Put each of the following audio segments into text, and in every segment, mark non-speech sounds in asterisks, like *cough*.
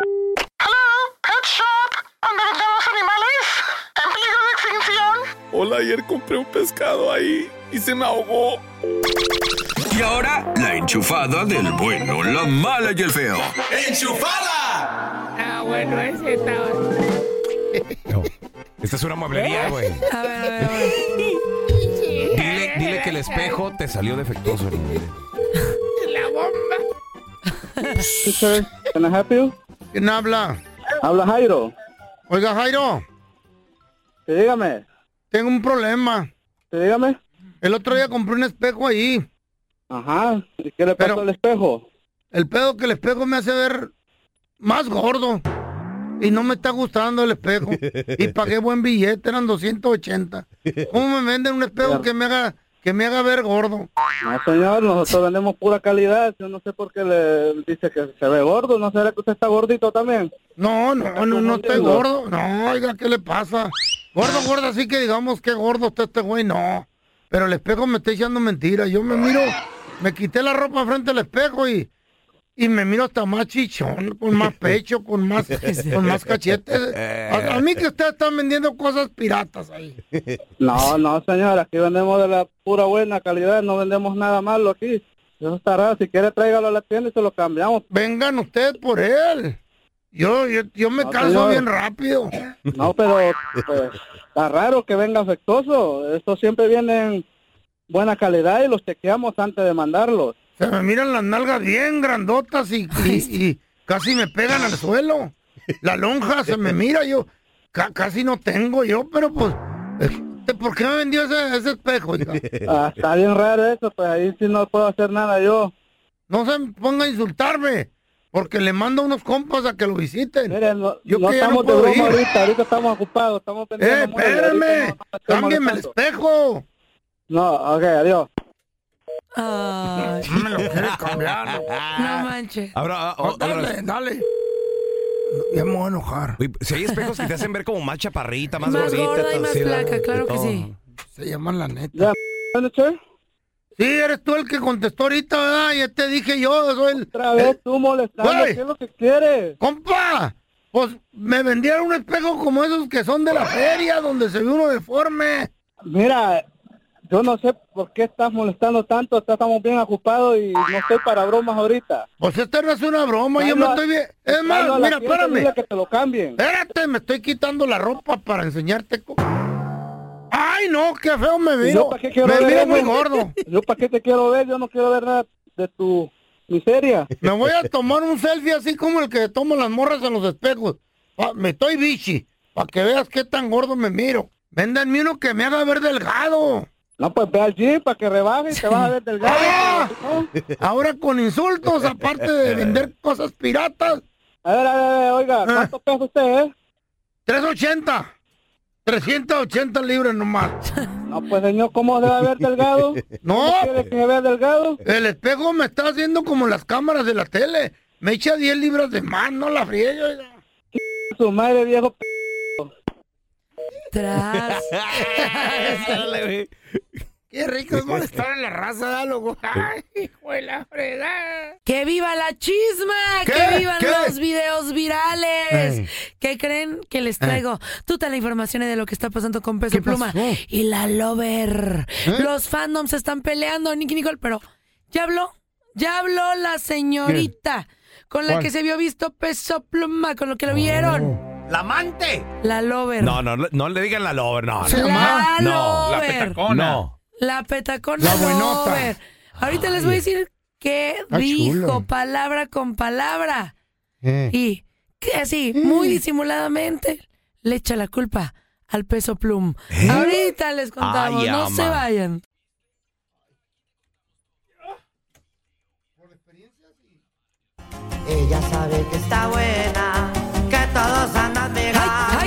Hello, Pet Shop, donde vendemos animales en peligro de extinción. Hola, ayer compré un pescado ahí y se me ahogó. Y ahora, la enchufada del bueno, la mala y el feo. ¡Enchufada! Ah, bueno, ese estaba. Esta es una mueblería, güey. ¿Eh? A ver, a ver, a ver. Dile, dile que el espejo te salió defectuoso. La bomba. Sir, can I help you? ¿Quién habla? Habla Jairo. Oiga, Jairo, Sí, dígame. tengo un problema. Sí, dígame. El otro día compré un espejo ahí. Ajá. ¿Y qué le pasó Pero- al espejo? El pedo que el espejo me hace ver más gordo. Y no me está gustando el espejo. Y pagué buen billete, eran 280. ¿Cómo me venden un espejo que me haga que me haga ver gordo? No, señor, nosotros vendemos pura calidad. Yo no sé por qué le dice que se ve gordo. ¿No será que usted está gordito también? No, no, no, no estoy confundiendo. gordo. No, oiga, ¿qué le pasa? Gordo, gordo, así que digamos que gordo está este güey, no. Pero el espejo me está echando mentiras. Yo me miro, me quité la ropa frente al espejo y, y me miro hasta más chichón, con *laughs* más pecho, con más, con más cachetes. A, a mí que ustedes están vendiendo cosas piratas ahí. No, no, señor. Aquí vendemos de la pura buena calidad. No vendemos nada malo aquí. Eso está raro. Si quiere, tráigalo a la tienda y se lo cambiamos. Vengan ustedes por él. Yo, yo, yo me No, canso señor. bien rápido. No, pero pues, está raro que venga afectuoso. Estos siempre vienen buena calidad y los chequeamos antes de mandarlos. Se me miran las nalgas bien grandotas y, y- y casi me pegan al suelo. La lonja se me mira, yo ca- casi no tengo yo, pero pues, este, ¿por qué me vendió ese, ese espejo? oiga? Ah, está bien raro eso, pues ahí sí no puedo hacer nada yo. No se ponga a insultarme, porque le mando a unos compas a que lo visiten. Miren, no, Yo no que ya no estamos de puedo broma ir. ahorita, ahorita estamos ocupados, estamos ¡Eh, vendiendo muebles, ahorita espérenme! no- no estoy ¡Cámbienme el molestando. espejo! No, ok, adiós. Ay, No me lo quieres cambiar. *laughs* loco. no manches. ah, Ahora, oh, o- ahora- Dale, dale. Ya me voy a enojar. Uy, si hay espejos que te hacen ver como más chaparrita, más, Más gordita. gorda y más torcida, flaca, de claro que todo. sí. Se llaman la neta. Ya, manager, Sí, eres tú el que contestó ahorita, ¿verdad? Ya te dije yo, soy el... otra vez tú molestando, Eh, güey. ¿qué es lo que quieres? ¡Compa! Pues me vendieron un espejo como esos que son Ah. de la feria, donde se ve uno deforme. Mira, yo no sé por qué estás molestando tanto, está- estamos bien ocupados y no estoy para bromas ahorita. Pues esta no es una broma, yo me Habla- estoy bien. Es más, habla a la mira, tienda y dile espérame. que te lo cambien. Espérate, me estoy quitando la ropa para enseñarte. co- ¡Ay, no! ¡Qué feo me Y vino! para qué quiero Me ver miro eso? muy gordo. Yo para qué te quiero ver, yo no quiero ver nada de tu miseria. Me voy a tomar un selfie así como el que tomo las morras en los espejos. Pa- me estoy bichi, para que veas qué tan gordo me miro. Véndanme uno que me haga ver delgado. No, pues ve al gym para que rebaje y te vas a *laughs* ver delgado. Ah. Ahora con insultos, aparte de vender cosas piratas. A ver, a ver, a ver, oiga, ¿cuánto pesa usted, eh? 380. 380 libras nomás. No, pues señor, ¿cómo se va a ver delgado? No. ¿Quiere que se vea delgado? El espejo me está haciendo como las cámaras de la tele. Me echa 10 libras de más, no la friegue, oiga. Su madre, viejo p... Tras. Qué rico es molestar a la raza, da loco. Ay, hijo de la fregada. ¡Que viva la chisma! ¿Qué? ¡Que vivan ¿Qué? los videos virales! Ey. ¿Qué creen que les traigo? Toda la información de lo que está pasando con Peso Pluma pasó? ¿Eh? y la Lover. Los fandoms se están peleando, Nicky Nicole, pero ya habló, ya habló la señorita con la ¿Cuál? que se vio visto Peso Pluma, con lo que lo vieron. ¡La amante! La Lover. Oh. No, no, no le digan la lover, no. Se no. llama- No, La lover. No. La petacona La buenota. Lover. Ahorita les voy a decir qué Ah, dijo chulo. palabra con palabra. Y que así, muy disimuladamente, le echa la culpa al peso plum. ¿Eh? Ahorita les contamos, Ay, no ama. se vayan. Ella sabe que está buena, que todos andan pegándola.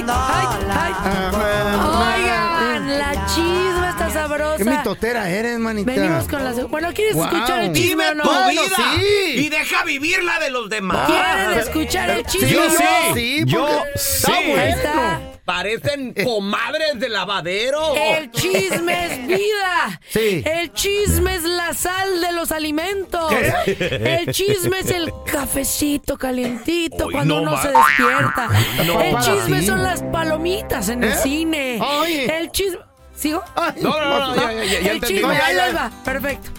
Oigan, la chisma está sabrosa. Qué mitotera eres, manita. Venimos con la... se- Bueno, ¿quieres Guau. escuchar el chisme Dime o no? tu Bueno, vida sí. Y deja vivir la de los demás. ¿Quieren escuchar el chisme? Yo o no? Ah. sí, yo sí. Ahí está. Parecen comadres de lavadero. El chisme es vida. Sí. El chisme es la sal de los alimentos. ¿Qué? El chisme es el cafecito calientito cuando no uno más. se despierta. No, el para chisme ti. son las palomitas en el ¿Eh? cine. Oye. El chisme. ¿Sigo? No, no, no, no, ya, ya, ya, ya el entendí. chisme, No, ya, ahí ya. les va. Perfecto.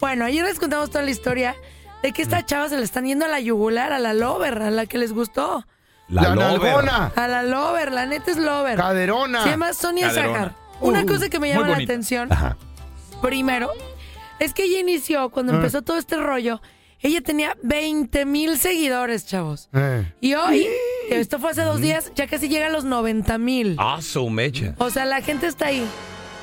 Bueno, ayer les contamos toda la historia de que esta chava se le están yendo a la yugular, a la lover, a la que les gustó. La, lover. nalgona. A la Lover, la neta es Lover. Caderona. Se llama Sonia Caderona. Zagar. Una Uh, cosa que me muy llama la bonita. atención, primero, es que ella inició, cuando Ah. empezó todo este rollo, ella tenía 20 mil seguidores, chavos. Eh. Y hoy, que esto fue hace dos días, ya casi llega a los 90 mil. Ah, su mecha. O sea, la gente está ahí.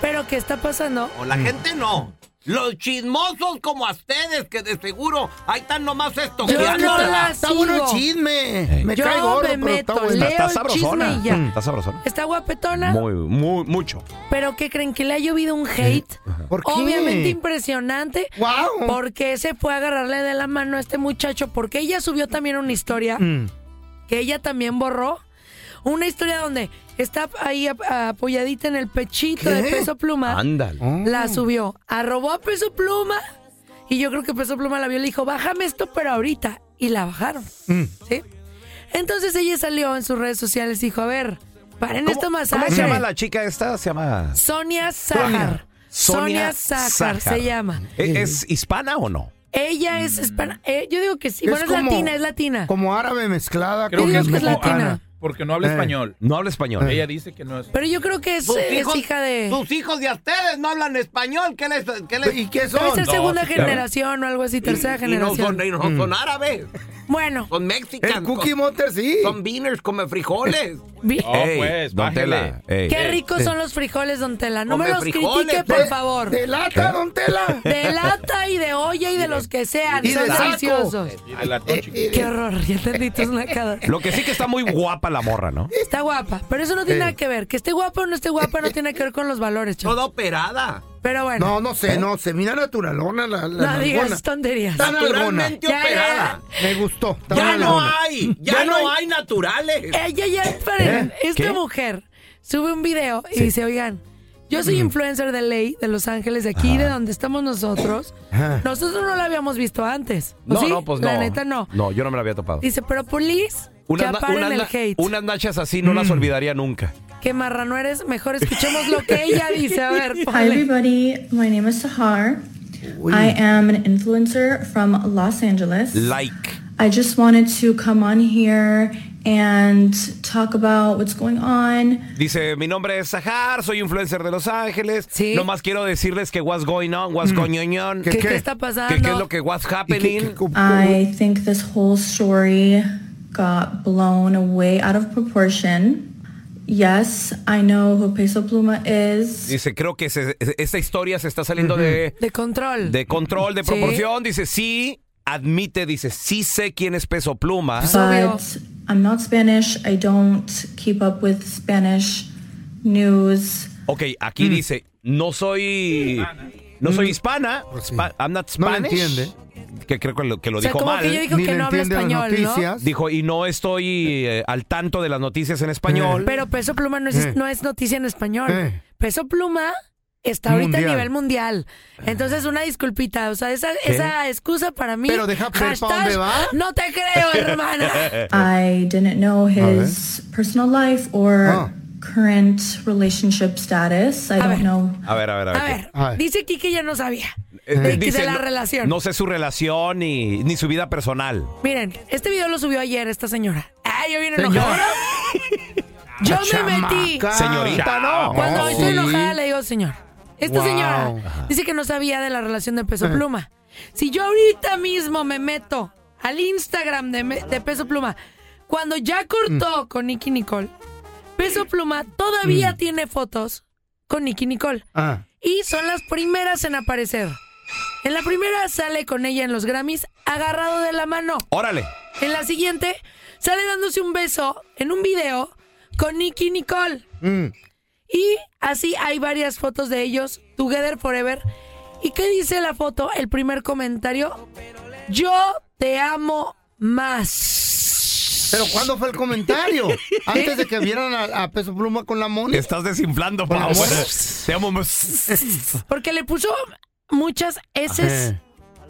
Pero, ¿qué está pasando? O la Mm. gente no. Los chismosos como a ustedes, que de seguro ahí están nomás esto. Yo no la Está bueno el sigo. chisme. Me Yo cae gordo, me pero meto, está bueno. leo el chisme y ya. Mm, Está sabrosona. Está guapetona, Muy, muy, mucho. pero ¿qué creen? ¿Que le ha llovido un hate? ¿Por qué? Obviamente impresionante. Porque se fue a agarrarle de la mano a este muchacho. Porque ella subió también una historia que ella también borró. Una historia donde está ahí ap- apoyadita en el pechito de peso pluma. Ándale. La subió. Arrobó a peso pluma. Y yo creo que peso pluma la vio y le dijo, bájame esto, pero ahorita. Y la bajaron. Mm. ¿Sí? Entonces ella salió en sus redes sociales y dijo, a ver, paren esta masacre. ¿Cómo se llama la chica esta? Se llama... Sonia Zahar. Sonia, Zahar se llama. ¿E- ¿Es, hispana o no? Ella es hispana. eh, yo digo que sí. Es bueno, es como- latina, es latina. Como árabe mezclada. Creo con- que es como Ana, porque no habla Eh. español. No habla español. Ella dice que no es. Pero yo creo que es, Sus es hijos- hija de. Sus hijos de a ustedes no hablan español. ¿Qué les, qué les... ¿Y qué Debe ser segunda generación o algo así, tercera Y no generación. son, y no son árabes. Bueno. Son mexicanos. El Cookie Monster sí. Son beaners, come frijoles. Vi- Ey, don Tela, ey. Qué ricos son los frijoles, don Tela. No Come me los frijoles, critique, pues. por favor. De lata, don Tela. De lata y de olla y de los que sean. y de Son saco. deliciosos. Eh, Qué horror, ya entendí tus nacadas. Eh, Lo que sí que está muy guapa la morra, ¿no? Está guapa, pero eso no tiene Eh. nada que ver. Que esté guapa o no esté guapa no tiene que ver con los valores, chavos. Toda operada. Pero bueno. No, no sé, no, se mira naturalona la, No la nalgona. digas tonterías. Está nalgona. Naturalmente Ya, operada. Me gustó. está Ya no nalgona. hay. Ya, no hay, naturales. Ella ya, esperen, ¿Eh? esta ¿Qué? mujer sube un video y dice, oigan, yo soy influencer de ley de Los Ángeles, de aquí, de donde estamos nosotros. Ajá. Nosotros no la habíamos visto antes. ¿o No, sí? no, pues no. La neta no. No, yo no me la había topado. Dice, pero please, Unas, que na- aparen unas el na- hate. Mm. unas nachas así no las olvidaría nunca. Que marrano eres, mejor escuchemos lo que *laughs* ella dice. A ver, Hi, ponle. everybody. My name is Sahar. I am an influencer from Los Angeles. Like. I just wanted to come on here and talk about what's going on. Dice, mi nombre es Sahar, soy influencer de Los Ángeles. Nomás quiero decirles que what's going on, what's going on. ¿Qué- qué ¿Qué está Que ¿Qué, pasando? es lo que what's happening? I think this whole story got blown away out of proportion. Yes, I know who Peso Pluma is. Dice, creo que se- esta historia se está saliendo de, De control. de control, de Sí. proporción. Dice, sí, admite, dice, sí sé quién es Peso Pluma. But I'm not Spanish. I don't keep up with Spanish news. Ok, aquí dice, no soy. No soy hispana. Spa- I'm not No le Spanish. entiende. Que creo que lo, que lo O sea, dijo como mal. que yo digo Ni que le no habla entiende las español, ¿no? noticias. Dijo, y no estoy eh, al tanto de las noticias en español. Pero Peso Pluma no es, Eh. no es noticia en español. Eh. Peso Pluma está ahorita a Mundial. nivel mundial. Entonces, una disculpita. O sea, esa, ¿Qué? esa excusa para mí. Pero deja ver pa' hashtag, dónde va. No te creo, *laughs* hermana. I didn't know his personal life or current relationship status. I don't know. A ver, a ver, a ver. A ¿qué? ver, dice aquí que ya no sabía. Eh, de, dice, de la no- relación. No sé su relación ni, ni su vida personal. Miren, este video lo subió ayer esta señora. Ay, yo vine Señora. enojada. Yo me metí. Ah, Señorita, no. Cuando No, estoy sí. enojada le digo, señor. Esta Wow. señora dice que no sabía de la relación de peso pluma. Si yo ahorita mismo me meto al Instagram de, me- de peso pluma, cuando ya cortó con Nicky Nicole, peso pluma todavía tiene fotos con Nicky Nicole. Ah. Y son las primeras en aparecer. En la primera sale con ella en los Grammys agarrado de la mano. Órale. En la siguiente sale dándose un beso en un video con Nicky Nicole. Y así hay varias fotos de ellos, Together Forever. ¿Y qué dice la foto? El primer comentario. Yo te amo más. Pero ¿cuándo fue el comentario? *laughs* ¿Eh? Antes de que vieran a, a Peso Pluma con la mona. Estás desinflando, Con la Pau. mona. Te amo. más. Porque le puso muchas S's Ajá.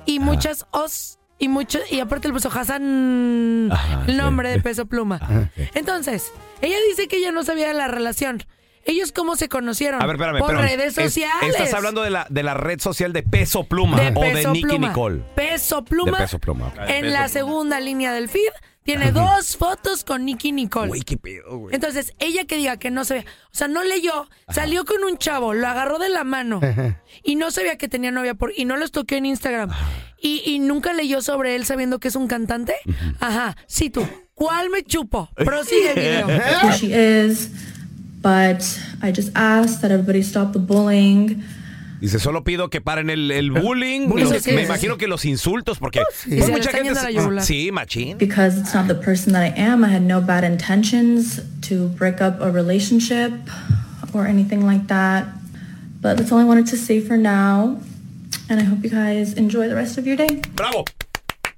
y muchas O's y mucho, y aparte le puso Hassan Ajá, el nombre Ah, sí. Ah, de peso pluma. Ajá, sí. Entonces, ella dice que ella no sabía de la relación. ¿Ellos cómo se conocieron? A ver, espérame. Por espérame. redes Es- sociales. estás hablando de la, de la red social de Peso Pluma de o de Peso Nicky Pluma. Nicole. Peso pluma. De Peso Pluma. En la segunda línea del feed tiene dos fotos con Nicky Nicole. Entonces, ella que diga que no sabía, o sea, no leyó, salió con un chavo, lo agarró de la mano y no sabía que tenía novia por y no los toqué en Instagram y, y nunca leyó sobre él sabiendo que es un cantante. Ajá, sí tú. ¿Cuál me chupo? Prosigue el video. who she is, but I just asked that everybody stop the bullying. Dice, solo pido que paren el, el bullying. Bullying, Los- sí, me sí. imagino que los insultos, porque Y pues, se le mucha están gente. yendo a la se- yugular. sí, machín. because it's not the person that I am. I had no bad intentions to break up a relationship or anything like that. But that's all I wanted to say for now. And I hope you guys enjoy the rest of your day. ¡Bravo!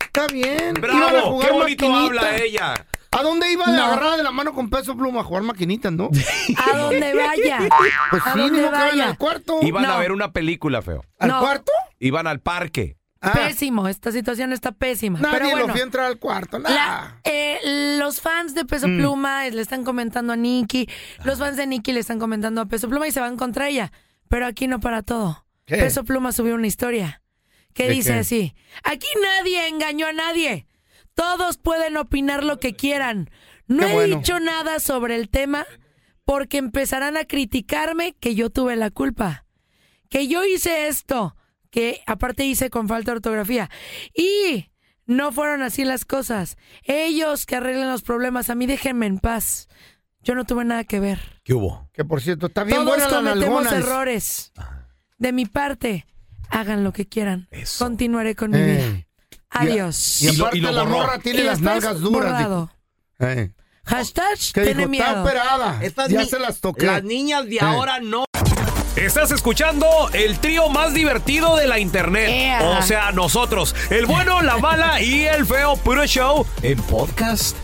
Está bien. Bravo, Iban a jugar qué bonito maquinita. habla ella. ¿A dónde iba de No. agarrada de la mano con Peso Pluma a jugar *laughs* maquinitas, no? A donde vaya. Pues A sí, donde ni modo que vayan vaya. al cuarto. Iban a ver una película, feo. ¿Al cuarto? Iban al parque. Pésimo, esta situación está pésima. Ah. Nadie Pero bueno, los vio entrar al cuarto, La- eh, los fans de Peso Mm. Pluma eh, le están comentando a Nicky, los fans de Nicky le están comentando a Peso Pluma y se van contra ella. Pero aquí no para todo. ¿Qué? Peso Pluma subió una historia que ¿De dice qué? así, aquí nadie engañó a nadie, todos pueden opinar lo que quieran. No Qué he bueno. dicho nada sobre el tema porque empezarán a criticarme que yo tuve la culpa que yo hice esto, que aparte hice con falta de ortografía. Y no fueron así las cosas. Ellos que arreglen los problemas, a mí déjenme en paz. Yo no tuve nada que ver. ¿Qué hubo? Que por cierto, está bien Todos buena la cometemos nalgona. errores. De mi parte, hagan lo que quieran. Continuaré con mi Ey. vida. Adiós. Eh, Y, aparte la morra tiene Y las estás nalgas duras. borrado. dijo. Eh. Hashtag ¿Qué tiene dijo? Ah, Está miedo. operada. Estas ya ni- se las toqué. las niñas de ahora no. Estás escuchando el trío más divertido de la internet. Ea. O sea, nosotros. El bueno, la mala y el feo puro show en podcast.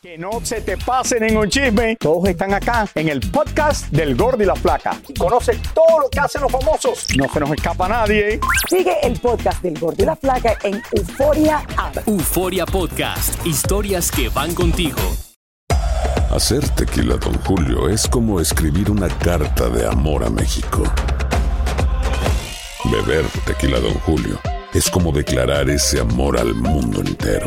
Que no se te pase ningún chisme. Todos están acá en el podcast del Gordi y la Flaca. Y Conoce todo lo que hacen los famosos. No se nos escapa nadie. Sigue el podcast del Gordi y la Flaca en Euforia Euforia Podcast, historias que van contigo. Hacer tequila Don Julio es como escribir una carta de amor a México. Beber tequila Don Julio es como declarar ese amor al mundo entero.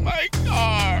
My car.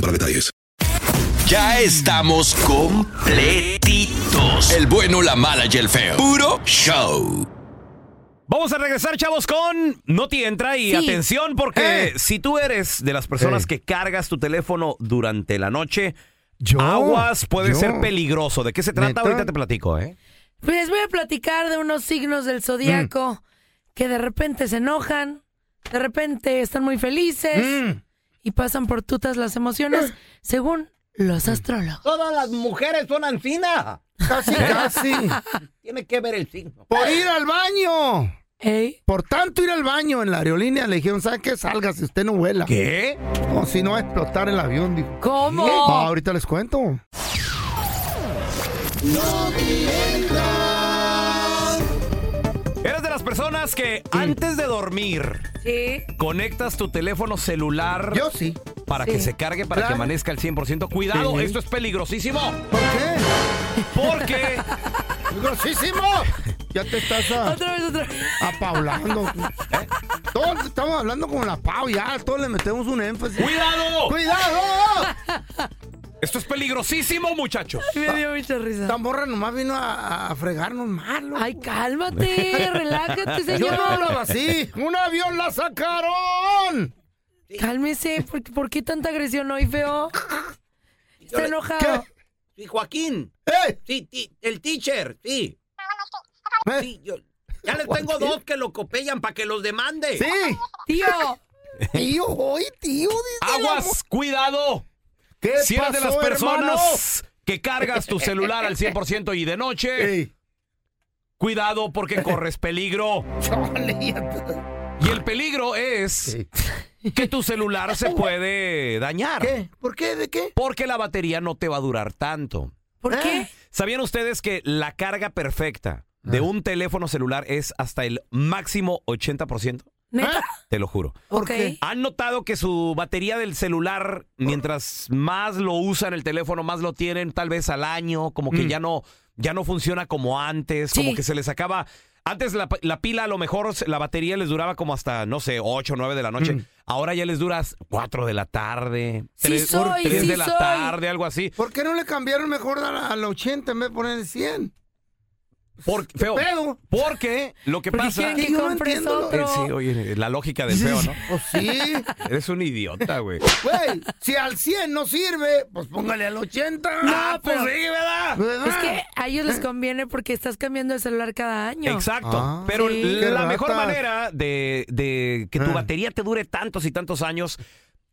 para detalles. Ya estamos completitos. El bueno, la mala y el feo. Puro show. Vamos a regresar, chavos, con Noti Entra y Sí. atención, porque Eh, si tú eres de las Eh. personas que cargas tu teléfono durante la noche, aguas puede yo. ser peligroso. ¿De qué se trata? ¿Neta? Ahorita te platico, ¿eh? Pues les voy a platicar de unos signos del zodiaco que de repente se enojan, de repente están muy Mm. felices y pasan por tutas las emociones según los astrólogos. Todas las mujeres son ancinas. Casi, casi. Tiene que ver el signo. Por ir al baño. Por tanto ir al baño en la aerolínea le dijeron, ¿sabe qué? Salga si usted no vuela. ¿Qué? No, si no va a explotar el avión, dijo. ¿Cómo? Ah, ahorita les cuento. Eres de las personas que antes de dormir Sí. conectas tu teléfono celular. Yo sí. Para Sí. que se cargue, para Claro. que amanezca al 100%. Cuidado, Sí. esto es peligrosísimo. ¿Por qué? Porque. ¡Grosísimo! Ya te estás a- apaulando. tú. Todos estamos hablando como la pau, ya. Todos le metemos un énfasis. ¡Cuidado! ¡Cuidado! Esto es peligrosísimo, muchachos. Me dio mucha risa. Esta morra nomás vino a, a fregarnos mal. loco. Ay, *laughs* cálmate, relájate, señor. Yo no hablaba así. *laughs* ¡Un avión la sacaron! Cálmese, ¿por, por qué tanta agresión hoy, feo? Está enojado. Sí, Joaquín. Sí, ti- el teacher, sí. ¿Eh? Sí, yo- ya les tengo dos que lo copellan para que los demande. Sí. Tío. Tío, hoy, tío. Aguas, cuidado. ¿Qué si eres de las pasó, personas hermano? que cargas tu celular al 100% y de noche, *laughs* cuidado porque corres peligro. Y el peligro es que tu celular se puede dañar. ¿Qué? ¿Por qué? ¿De qué? ¿Eh? Porque la batería no te va a durar tanto. ¿Por qué? Ah. ¿Sabían ustedes que la carga perfecta de un teléfono celular es hasta el máximo 80%? ¿Eh? ¿Neta? Te lo juro. ¿Por qué? ¿Han notado que su batería del celular, mientras más lo usan el teléfono, más lo tienen tal vez al año, como Mm. que ya no ya no funciona como antes, como que se les acaba antes la, la pila a lo mejor se- la batería les duraba como hasta no sé, 8 o 9 de la noche. Ahora ya les duras 4 de la tarde, Mm. Sí 3, soy, sí de la soy. tarde, algo así. ¿Por qué no le cambiaron mejor al, al 80 en vez de poner el 100? Por- feo, pedo? porque lo que Porque pasa quieren que Yo no compres entiendo lo- Eh, otro. sí, oye, la lógica del feo, ¿no? Pues sí. Eres un idiota, güey. Güey, si al 100 no sirve, pues póngale al Ah, pues 80. No, Ah, pues pero- ¿Verdad? Es que a ellos les conviene porque estás cambiando el celular cada año. Exacto. Pero Sí. la mejor manera de, de que tu batería te dure tantos y tantos años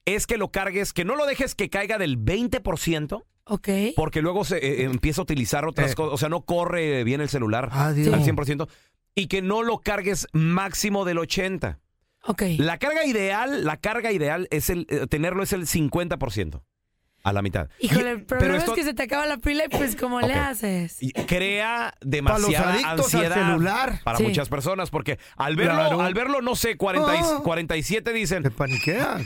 es que lo cargues, que no lo dejes que caiga del 20%. Ok. Porque luego se eh, empieza a utilizar otras Eh. cosas. O sea, no corre bien el celular Dios. Mm. al 100%. Y que no lo cargues máximo del 80%. Ok. La carga ideal, la carga ideal es el, eh, tenerlo es el 50%. A la mitad. Híjole, el problema esto- es que se te acaba la pila y pues ¿cómo le Ok. haces? y crea los demasiada adictos al ansiedad celular. para Sí. muchas personas porque al verlo, Claro. al verlo no sé, 40 y- Ah. 47 dicen,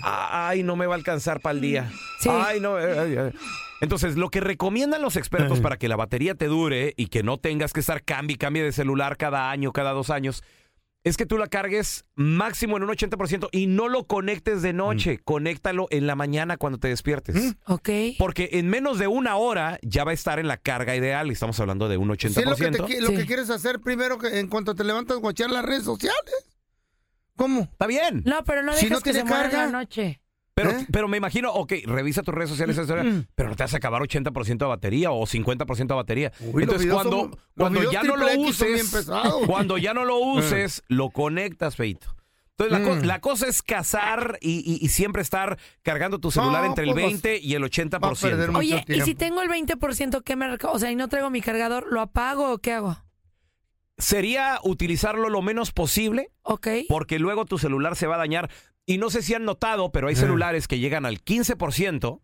"Ah, Ay, no me va a alcanzar para el día. Ay, no. eh, ay, ay". Entonces, lo que recomiendan los expertos para que la batería te dure y que no tengas que estar cambie y cambie de celular cada año, cada dos años, es que tú la cargues máximo en un 80% y no lo conectes de noche. Conéctalo en la mañana cuando te despiertes. Ok. Porque en menos de una hora ya va a estar en la carga ideal. y Estamos hablando de un 80%. Si es lo que, te qui- lo que quieres hacer primero que en cuanto te levantas, guachar las redes sociales. ¿Cómo? Está bien. No, pero no dejes Si no que tiene se muera en carga. la noche. Pero, ¿Eh? pero me imagino, ok, revisa tus redes sociales, etcétera, pero no te vas a acabar 80% de batería o 50% de batería. los Entonces, videos cuando, son- los cuando, videos ya no triple lo X son bien uses, pesados. *laughs* Eh. cuando ya *laughs* no lo uses, lo conectas, feito. Entonces, la, co- Mm. la cosa es cazar y, y- y siempre estar cargando tu celular No, entre el pues, 20 y el 80%. Oye, ¿y si tengo el 20% que me reco- O sea, y no traigo mi cargador, ¿lo apago o qué hago? sería utilizarlo lo menos posible. Porque luego tu celular se va a dañar. Y no sé si han notado, pero Eh. hay celulares que llegan al 15%.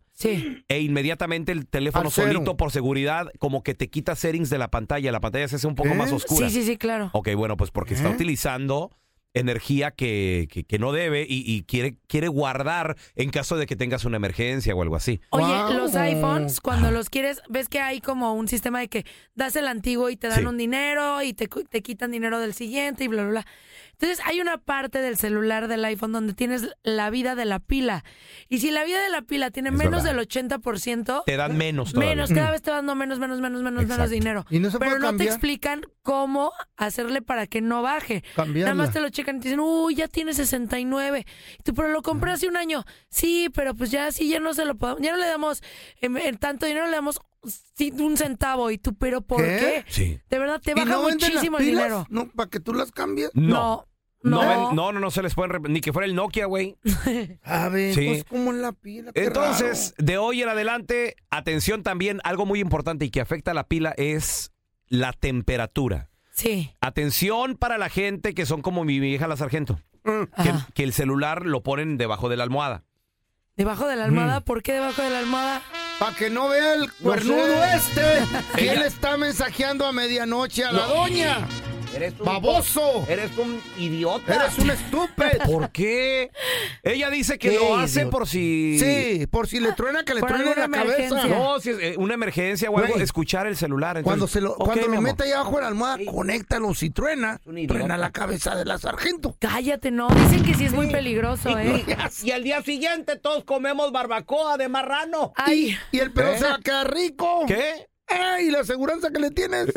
E inmediatamente el teléfono Al cero. solito, por seguridad, como que te quita settings de la pantalla. La pantalla se hace un poco más oscura. Sí, sí, sí, claro. Ok, bueno, pues porque Eh. está utilizando energía que, que- que no debe y, y quiere, quiere guardar en caso de que tengas una emergencia o algo así. Oye, los iPhones, cuando los quieres, ves que hay como un sistema de que das el antiguo y te dan Sí. un dinero y te, cu- te quitan dinero del siguiente y bla, bla, bla. Entonces, hay una parte del celular del iPhone donde tienes la vida de la pila. Y si la vida de la pila tiene Es menos verdad. del 80%, Te dan menos todavía. menos, cada vez te van dando menos, menos, menos, menos, menos Exacto. dinero. Y no se Pero puede no te cambiar. explican cómo hacerle para que no baje. Cambiarla. Nada más te lo checan y te dicen, uy, ya tiene 69. Y tú, pero lo compré hace un año. Sí, pero pues ya sí, ya no se lo podemos, ya no le damos em, em, tanto dinero, le damos sí, un centavo. Y tú, pero ¿por ¿Qué? qué? Sí. De verdad, te ¿Y baja no venden las muchísimo el pilas? dinero. No, para que tú las cambies. No. No, No. ven- no, no, no se les puede. rep- Ni que fuera el Nokia, güey. A ver, Sí. pues como en la pila. qué Entonces, de hoy en adelante, atención también, algo muy importante y que afecta a la pila es la temperatura. Sí. Atención para la gente que son como mi vieja la sargento, Mm. que, que el celular lo ponen debajo de la almohada. Debajo de la almohada, ¿por qué debajo de la almohada? Para que no vea el cuernudo *laughs* este que le está mensajeando a medianoche a la No. doña. Eres un- ¡Baboso! Eres un idiota. Eres un estúpido. *laughs* ¿Por qué? Ella dice que Qué lo hace idiota. por si... Sí, por si le truena, que le truene la cabeza. No, si es eh, una emergencia o algo, Güey. escuchar el celular. Cuando se lo, cuando lo meta mete ahí abajo de la almohada, conéctalo si truena, truena la cabeza de la sargento. Cállate, no. Dicen que sí es muy peligroso, ¿eh? Y al día siguiente todos comemos barbacoa de marrano. Ay. Y el perro se va a quedar rico. ¿Eh? ¿Qué? ¡Ey! La aseguranza que *laughs* le tienes.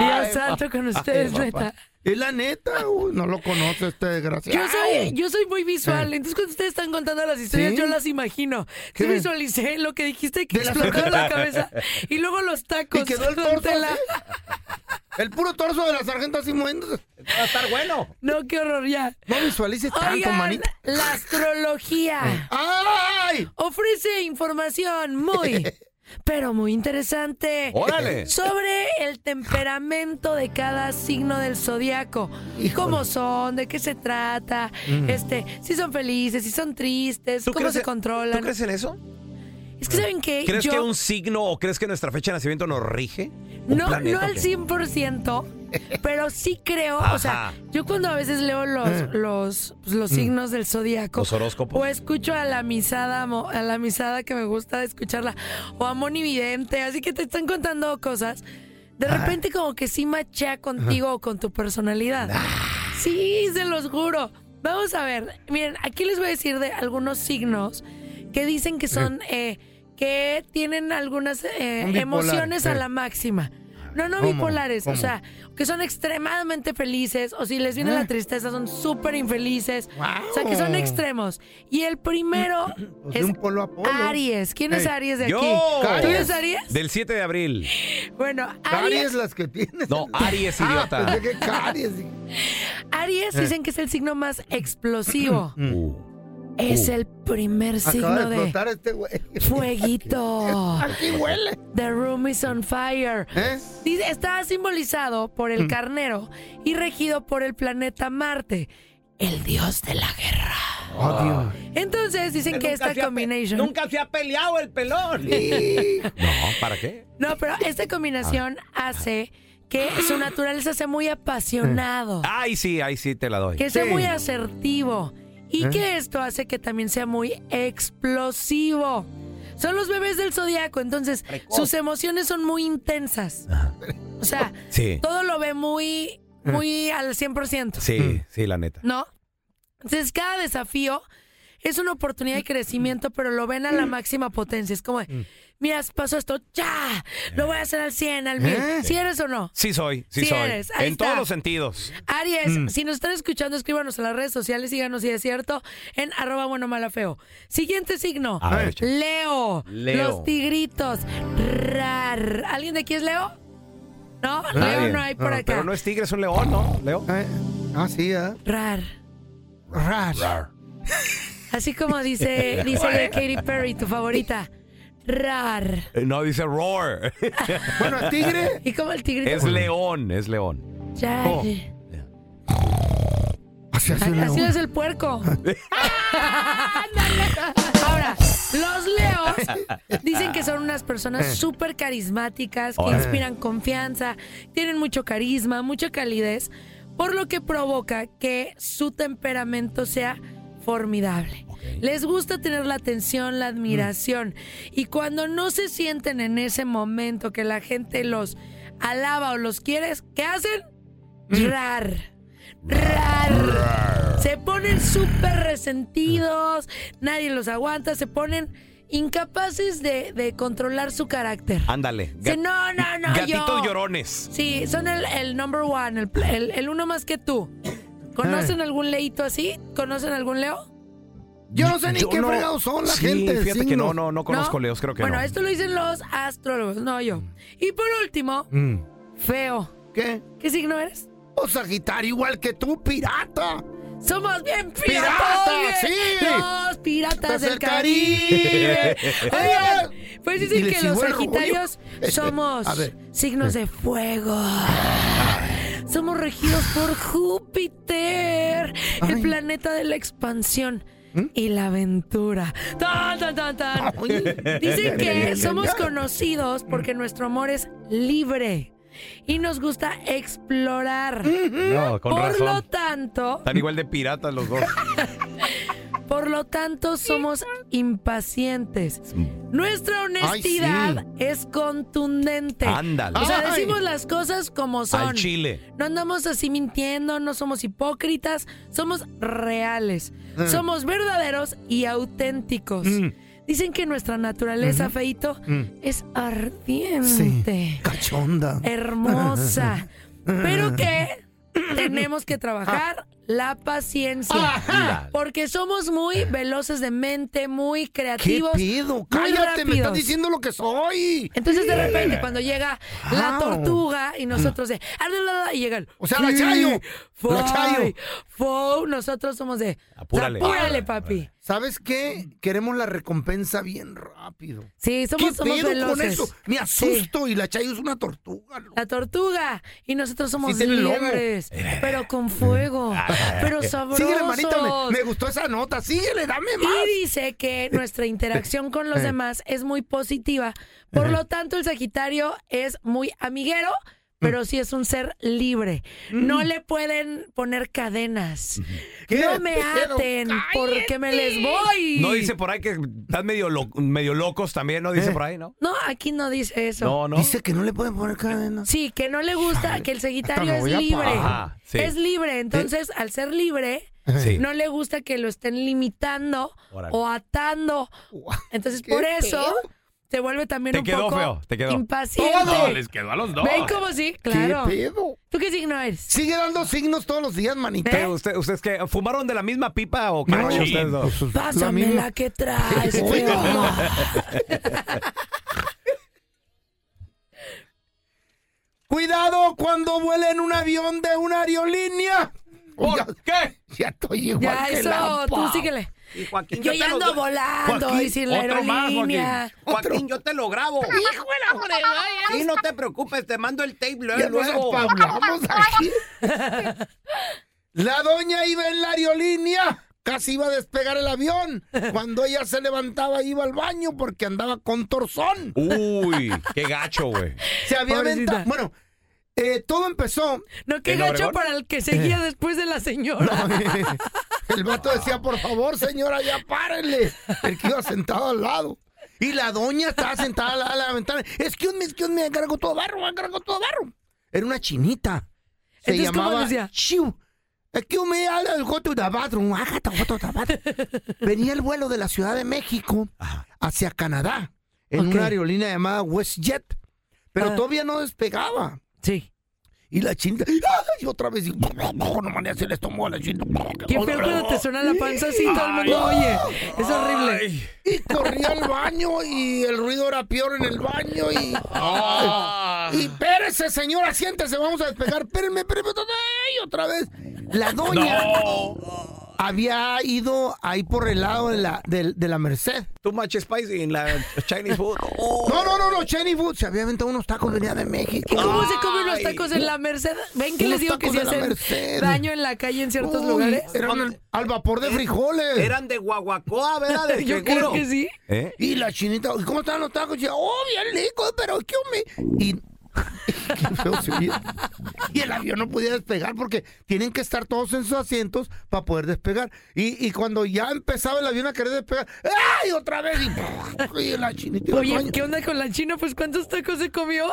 Dios santo con ustedes, papá. neta. Es la neta, uy, no lo conoce este desgraciado. Yo soy, yo soy muy visual, entonces cuando ustedes están contando las historias, Eh. ¿Sí? yo las imagino. ¿Qué? Yo visualicé lo que dijiste que De la explotó la sargento. *laughs* cabeza y luego los tacos. Y quedó el torso *laughs* El puro torso de la sargento así moviéndose. Va a estar bueno. No, qué horror, ya. No visualices tanto, Oigan, manito. Eh. la astrología ofrece *laughs* información muy, pero muy interesante Órale. sobre el temperamento de cada signo del zodiaco. ¿Cómo son? ¿De qué se trata? Mm. Este, si son felices, si son tristes, cómo crees se en- controlan. ¿Tú crees en eso? Es que saben qué? ¿Crees Yo- que un signo o crees que nuestra fecha de nacimiento nos rige? ¿Un No, planeta no o al qué? 100%, pero sí creo, o sea, Ajá. yo cuando a veces leo Eh. los, los, pues, los Mm. signos del zodiaco Los horóscopos. o escucho a la misada, mo- a la misada que me gusta escucharla, o a Moni Vidente, así que te están contando cosas, de repente como que sí machea contigo o con tu personalidad. Sí, se los juro. Vamos a ver, miren, aquí les voy a decir de algunos signos que dicen que son, eh, que tienen algunas eh, Un bipolar, emociones a eh. la máxima. No, no ¿Cómo? bipolares, ¿Cómo? o sea, que son extremadamente felices, o si les viene la tristeza, son súper infelices. O sea, que son extremos. Y el primero Pues de es un polo a polo. Aries. ¿Quién es Ey. Aries de aquí? Yo. ¿Tú eres Aries? Del 7 de abril. Bueno, Aries Aries, las que tienes. Ah, No, Aries, idiota. pensé que caries. Aries Eh. dicen que es el signo más explosivo. Uh. Es Uh. el primer Acaba signo de explotar este güey. Fueguito. *laughs* Aquí huele. ¿Eh? The room is on fire. Dice, Está simbolizado por el carnero y regido por el planeta Marte, el dios de la guerra. Oh, Entonces dicen que esta combination. Nunca se ha peleado el pelón. *laughs* No, ¿para qué? No, pero esta combinación hace que su naturaleza sea muy apasionado, Mm. Ay, sí, ahí sí te la doy. que sea muy asertivo y ¿Eh? que esto hace que también sea muy explosivo. Son los bebés del zodiaco, entonces sus emociones son muy intensas. O sea, Sí. todo lo ve muy, Mm. muy al 100%. Sí, sí, la neta. ¿No? Entonces, cada desafío es una oportunidad de crecimiento, pero lo ven a la máxima potencia. Es como, de, mira, pasó esto, ya, lo voy a hacer al 100, al 1000. ¿Eh? Si eres o no. Sí soy, sí, Sí soy. eres, ahí en está. todos los sentidos. Aries, Mm. si nos están escuchando, escríbanos en las redes sociales, síganos si es cierto, en arroba bueno mala feo. Siguiente signo, A ver, échale. Leo, Ah. Leo. los tigritos. Rar. ¿Alguien de aquí es Leo? No, Nadie. Leo no hay por acá. Pero no es tigre, es un león, ¿no? Leo. ah, sí, ¿eh? Rar. Rar. Así *laughs* como dice, dice Katy Perry, tu favorita. Rar. Eh, No, dice roar. bueno, es tigre. Y como el tigrito. Es león, es león. Ya. Oh. Así hace un Así león. es el puerco. Ándale. Ahora, los leos dicen que son unas personas Eh. súper carismáticas, que Órale. inspiran confianza, tienen mucho carisma, mucha calidez, por lo que provoca que su temperamento sea formidable. Les gusta tener la atención, la admiración. Y cuando no se sienten en ese momento que la gente los alaba o los quiere, ¿qué hacen? Rar. Rar. Se ponen súper resentidos, nadie los aguanta, se ponen incapaces de, de controlar su carácter. Ándale. Sí, no, no, no, Gatitos yo. llorones. Sí, son el, el number one, el, pl- el- el uno más que tú. ¿Conocen algún leito así? ¿Conocen algún leo? Yo no sé ni qué fregados son la Sí, gente. Fíjate que no, signos. no, no conozco leos, creo que bueno, no. esto lo dicen los astrólogos, no yo. Y por último, Mm. feo. ¿Qué? ¿Qué signo eres? O Sagitario, igual que tú, pirata. Somos bien piratas. ¡Pirata! bien, ¡Sí! Los piratas Desde del el Caribe. Caribe. Oigan, pues Y dicen le que sigo los el rollo. sagitarios somos Eh, A ver. signos de fuego. Somos regidos por Júpiter, el planeta de la expansión. ¿Mm? Y la aventura. Tan, tan, tan, tan. *laughs* Dicen que somos conocidos Mm. porque nuestro amor es libre y nos gusta explorar. No, con Por razón. lo tanto, Están igual de piratas los dos. por lo tanto, somos impacientes. Mm. Nuestra honestidad es contundente. Ándale. O sea, Ay. decimos las cosas como son. Al chile. No andamos así mintiendo, no somos hipócritas, somos reales. Mm. Somos verdaderos y auténticos. Dicen que nuestra naturaleza, Ujú. Feito, Mm. es ardiente, Cachonda. *laughs* hermosa, pero que tenemos que trabajar la paciencia. Ajá. Porque somos muy veloces de mente, muy Eh. ¿Qué creativos. pedo? muy Cállate, me estás rápidos. diciendo lo que soy. Entonces de repente cuando llega la Au. tortuga y nosotros de "Ah, la, la, la", y llegan Mm. O sea, la chayo, "Fou, la chayo". fou", nosotros somos de Apúrale. apúrale papi. ¿Sabes qué? Queremos la recompensa bien rápido. Sí, somos, ¿Qué somos pedo con veloces. eso? Me asusto y la Chayo es una tortuga. La tortuga y nosotros somos Sí, tiene lomo. libres, Eh, pero con fuego, pero sabrosos. Síguele, manita, me, me gustó esa nota. Síguele, dame más. Y dice que nuestra interacción con los Eh. demás es muy positiva. Por lo tanto, el Sagitario es muy amiguero, pero sí es un ser libre. No le pueden poner cadenas. ¿Qué? No me Pero aten porque me les voy. No dice por ahí que están medio, lo- medio locos también, ¿no? Dice por ahí, ¿no? No, aquí no dice eso. No, no. Dice que no le pueden poner cadena. Sí, que no le gusta, que el Sagitario me es voy a libre. parar. Ajá, sí. Es libre, entonces al ser libre, Sí. no le gusta que lo estén limitando Órale. o atando. Entonces por eso se vuelve también Te un quedó poco feo, te quedó. impaciente. Todo les quedó a los dos. ¿Ven cómo sí? Claro. ¿Qué ¿Tú qué signo eres? Sigue dando signos todos los días, manita. ¿Qué, Pues. usted- ¿Ustedes qué? ¿Fumaron de la misma pipa o qué No, rollo ustedes dos? pues, Pásame la, que traes, Uy, feo. no. *laughs* Cuidado cuando vuela en un avión de una aerolínea. ¿Por qué? Ya estoy igual Ya, que eso, la tú papa. síguele. Y Joaquín, Yo ya te lo ando doy- Ah, volando, y sin la otro más, aerolínea. Joaquín. Joaquín, yo te lo grabo. *laughs* Hijo de la fregada, ya Sí, no te preocupes, te mando el tape luego. Ya nos espablamos *laughs* aquí. La doña iba en la aerolínea. Casi iba a despegar el avión. Cuando ella se levantaba, iba al baño porque andaba con torzón. *laughs* Uy, qué gacho, güey. Se había aventado. Bueno, eh, todo empezó. No, qué ¿En gacho Obregón? para el *laughs* que seguía después de la señora. eh, el vato decía, por favor, señora, ya párenle. El que iba sentado al lado. Y la doña estaba sentada al lado de la ventana. Excuse me, excuse me, cargo todo barro, cargo todo barro. Era una chinita. Se Entonces, ¿cómo llamaba decía? Chiu. Excuse me, I'll go to the bathroom. I have to go to the *laughs* bathroom. Venía el vuelo de la Ciudad de México hacia Canadá en Ok. una aerolínea llamada WestJet. Pero Ah. todavía no despegaba. Sí. Y la chinga. ¡Ay! Otra vez. Y, no manera se les tomó a la chinga. Qué feo cuando te suena la panza así, todo el mundo, Ay. oye, es horrible. Y corría al baño y el ruido era peor en el baño y. Ah. Y espérese, señora, siéntese, vamos a despegar. Espérenme, espérenme, ay, otra vez. La doña había ido ahí por el lado de la, de, de la Merced. Too much spicy en la Chinese food. No, no, no, no, Chenny Food se había aventado unos tacos, venía de México. ¿Y cómo se comen los tacos en la Merced? ¿Ven que Unos les digo que se tacos de la hacen Merced. daño en la calle en ciertos Uy, lugares? Eran al, al vapor eh, de frijoles. Eran de guaguacoa, ¿verdad? De *laughs* Yo seguro. creo que sí. Y la chinita, ¿y cómo están los tacos? Y yo, oh, bien ricos, pero es que me... Y... *laughs* Qué feo se oía. Y el avión no podía despegar porque tienen que estar todos en sus asientos para poder despegar. Y, y cuando ya empezaba el avión a querer despegar, ¡ay! Otra vez. Y, y la chinita. iba al Oye, baño. ¿qué onda con la china? Pues ¿cuántos tacos se comió?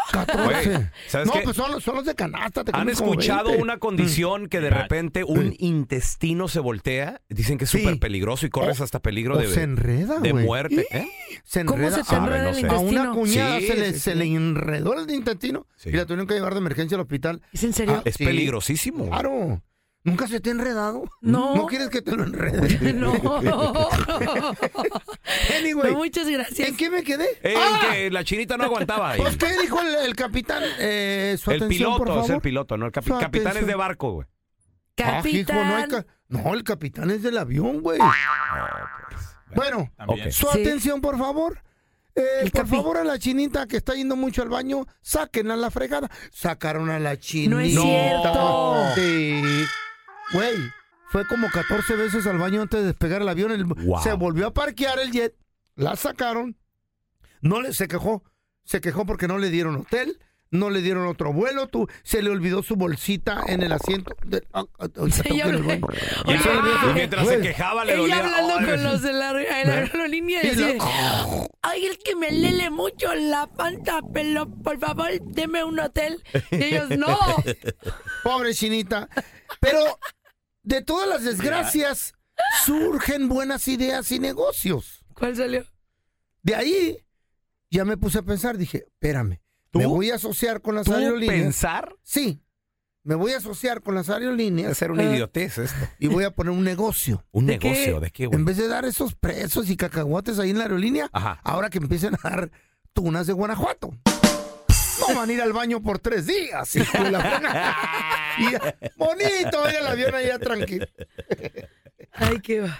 Oye, ¿sabes no, qué? pues son, los- son los de canasta. te ¿Han comes como escuchado 20. una condición que de repente un intestino se voltea? Dicen que es súper peligroso y corres hasta peligro o de, Mm. se enreda, de güey. muerte. ¿eh? Se ¿Cómo enreda. se te enreda Sabe, no el sé. A una intestino? cuñada Sí, se, le, sí, se sí. le enredó el intestino y la tuvieron que llevar de emergencia al hospital. ¿Es en serio? Es peligrosísimo. Claro. ¿Nunca se te ha enredado? No. ¿No quieres que te *laughs* lo enrede? No. *laughs* anyway. No, muchas gracias. ¿En qué me quedé? Eh, ¡Ah! que la chinita no aguantaba ahí. Pues, ¿qué dijo el, el capitán? Eh, su El atención, por piloto es el favor. piloto, no el capi- Su capitán es de atención. barco, güey. Ah, hijo, no, hay ca- no, el capitán es del avión, güey. Ah, pues, Bueno, también. su Ok. Sí. atención, por favor. Eh, por favor, a la chinita que está yendo mucho al baño, sáquenla a la fregada. Sacaron a la chinita. es cierto. Sí. Güey, fue como 14 veces al baño antes de despegar el avión. El- Se volvió a parquear el jet. La sacaron. No le, se quejó. Se quejó porque no le dieron hotel. No le dieron otro vuelo, tú. Se le olvidó su bolsita en el asiento. de- ah, ah, ahorita Sí, tengo que ir al hombre. baño. Ya, Y se le olvidó- y mientras se Güey. quejaba, Ella hablando con los de la, de la aerolínea y Y así la- de, Ay, el que me lele mucho la panta, pero por favor, deme un hotel. Y ellos, *laughs* no. Pobre chinita. Pero de todas las desgracias surgen buenas ideas y negocios. ¿Cuál salió? De ahí ya me puse a pensar, dije, espérame, me voy a asociar con las ¿Tú aerolíneas. pensar? Sí. Me voy a asociar con las aerolíneas. Hacer una Ah. idiotez esto. Y voy a poner un negocio. ¿Un negocio? ¿De qué, güey? En vez de dar esos presos y cacahuates ahí en la aerolínea, ahora que empiecen a dar tunas de Guanajuato. No van a ir al baño por tres días. hijo de la fregada. *laughs* Y ya- bonito, ir el avión allá tranquilo. Ay, qué va.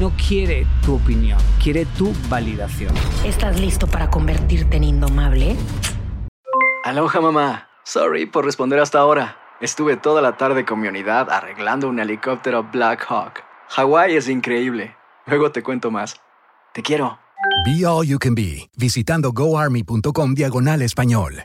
no quiere tu opinión, quiere tu validación. ¿Estás listo para convertirte en indomable? Aloha mamá. Sorry por responder hasta ahora. Estuve toda la tarde con mi unidad arreglando un helicóptero Black Hawk. Hawái es increíble. Luego te cuento más. Te quiero. Be All You Can Be, visitando goarmy.com diagonal español.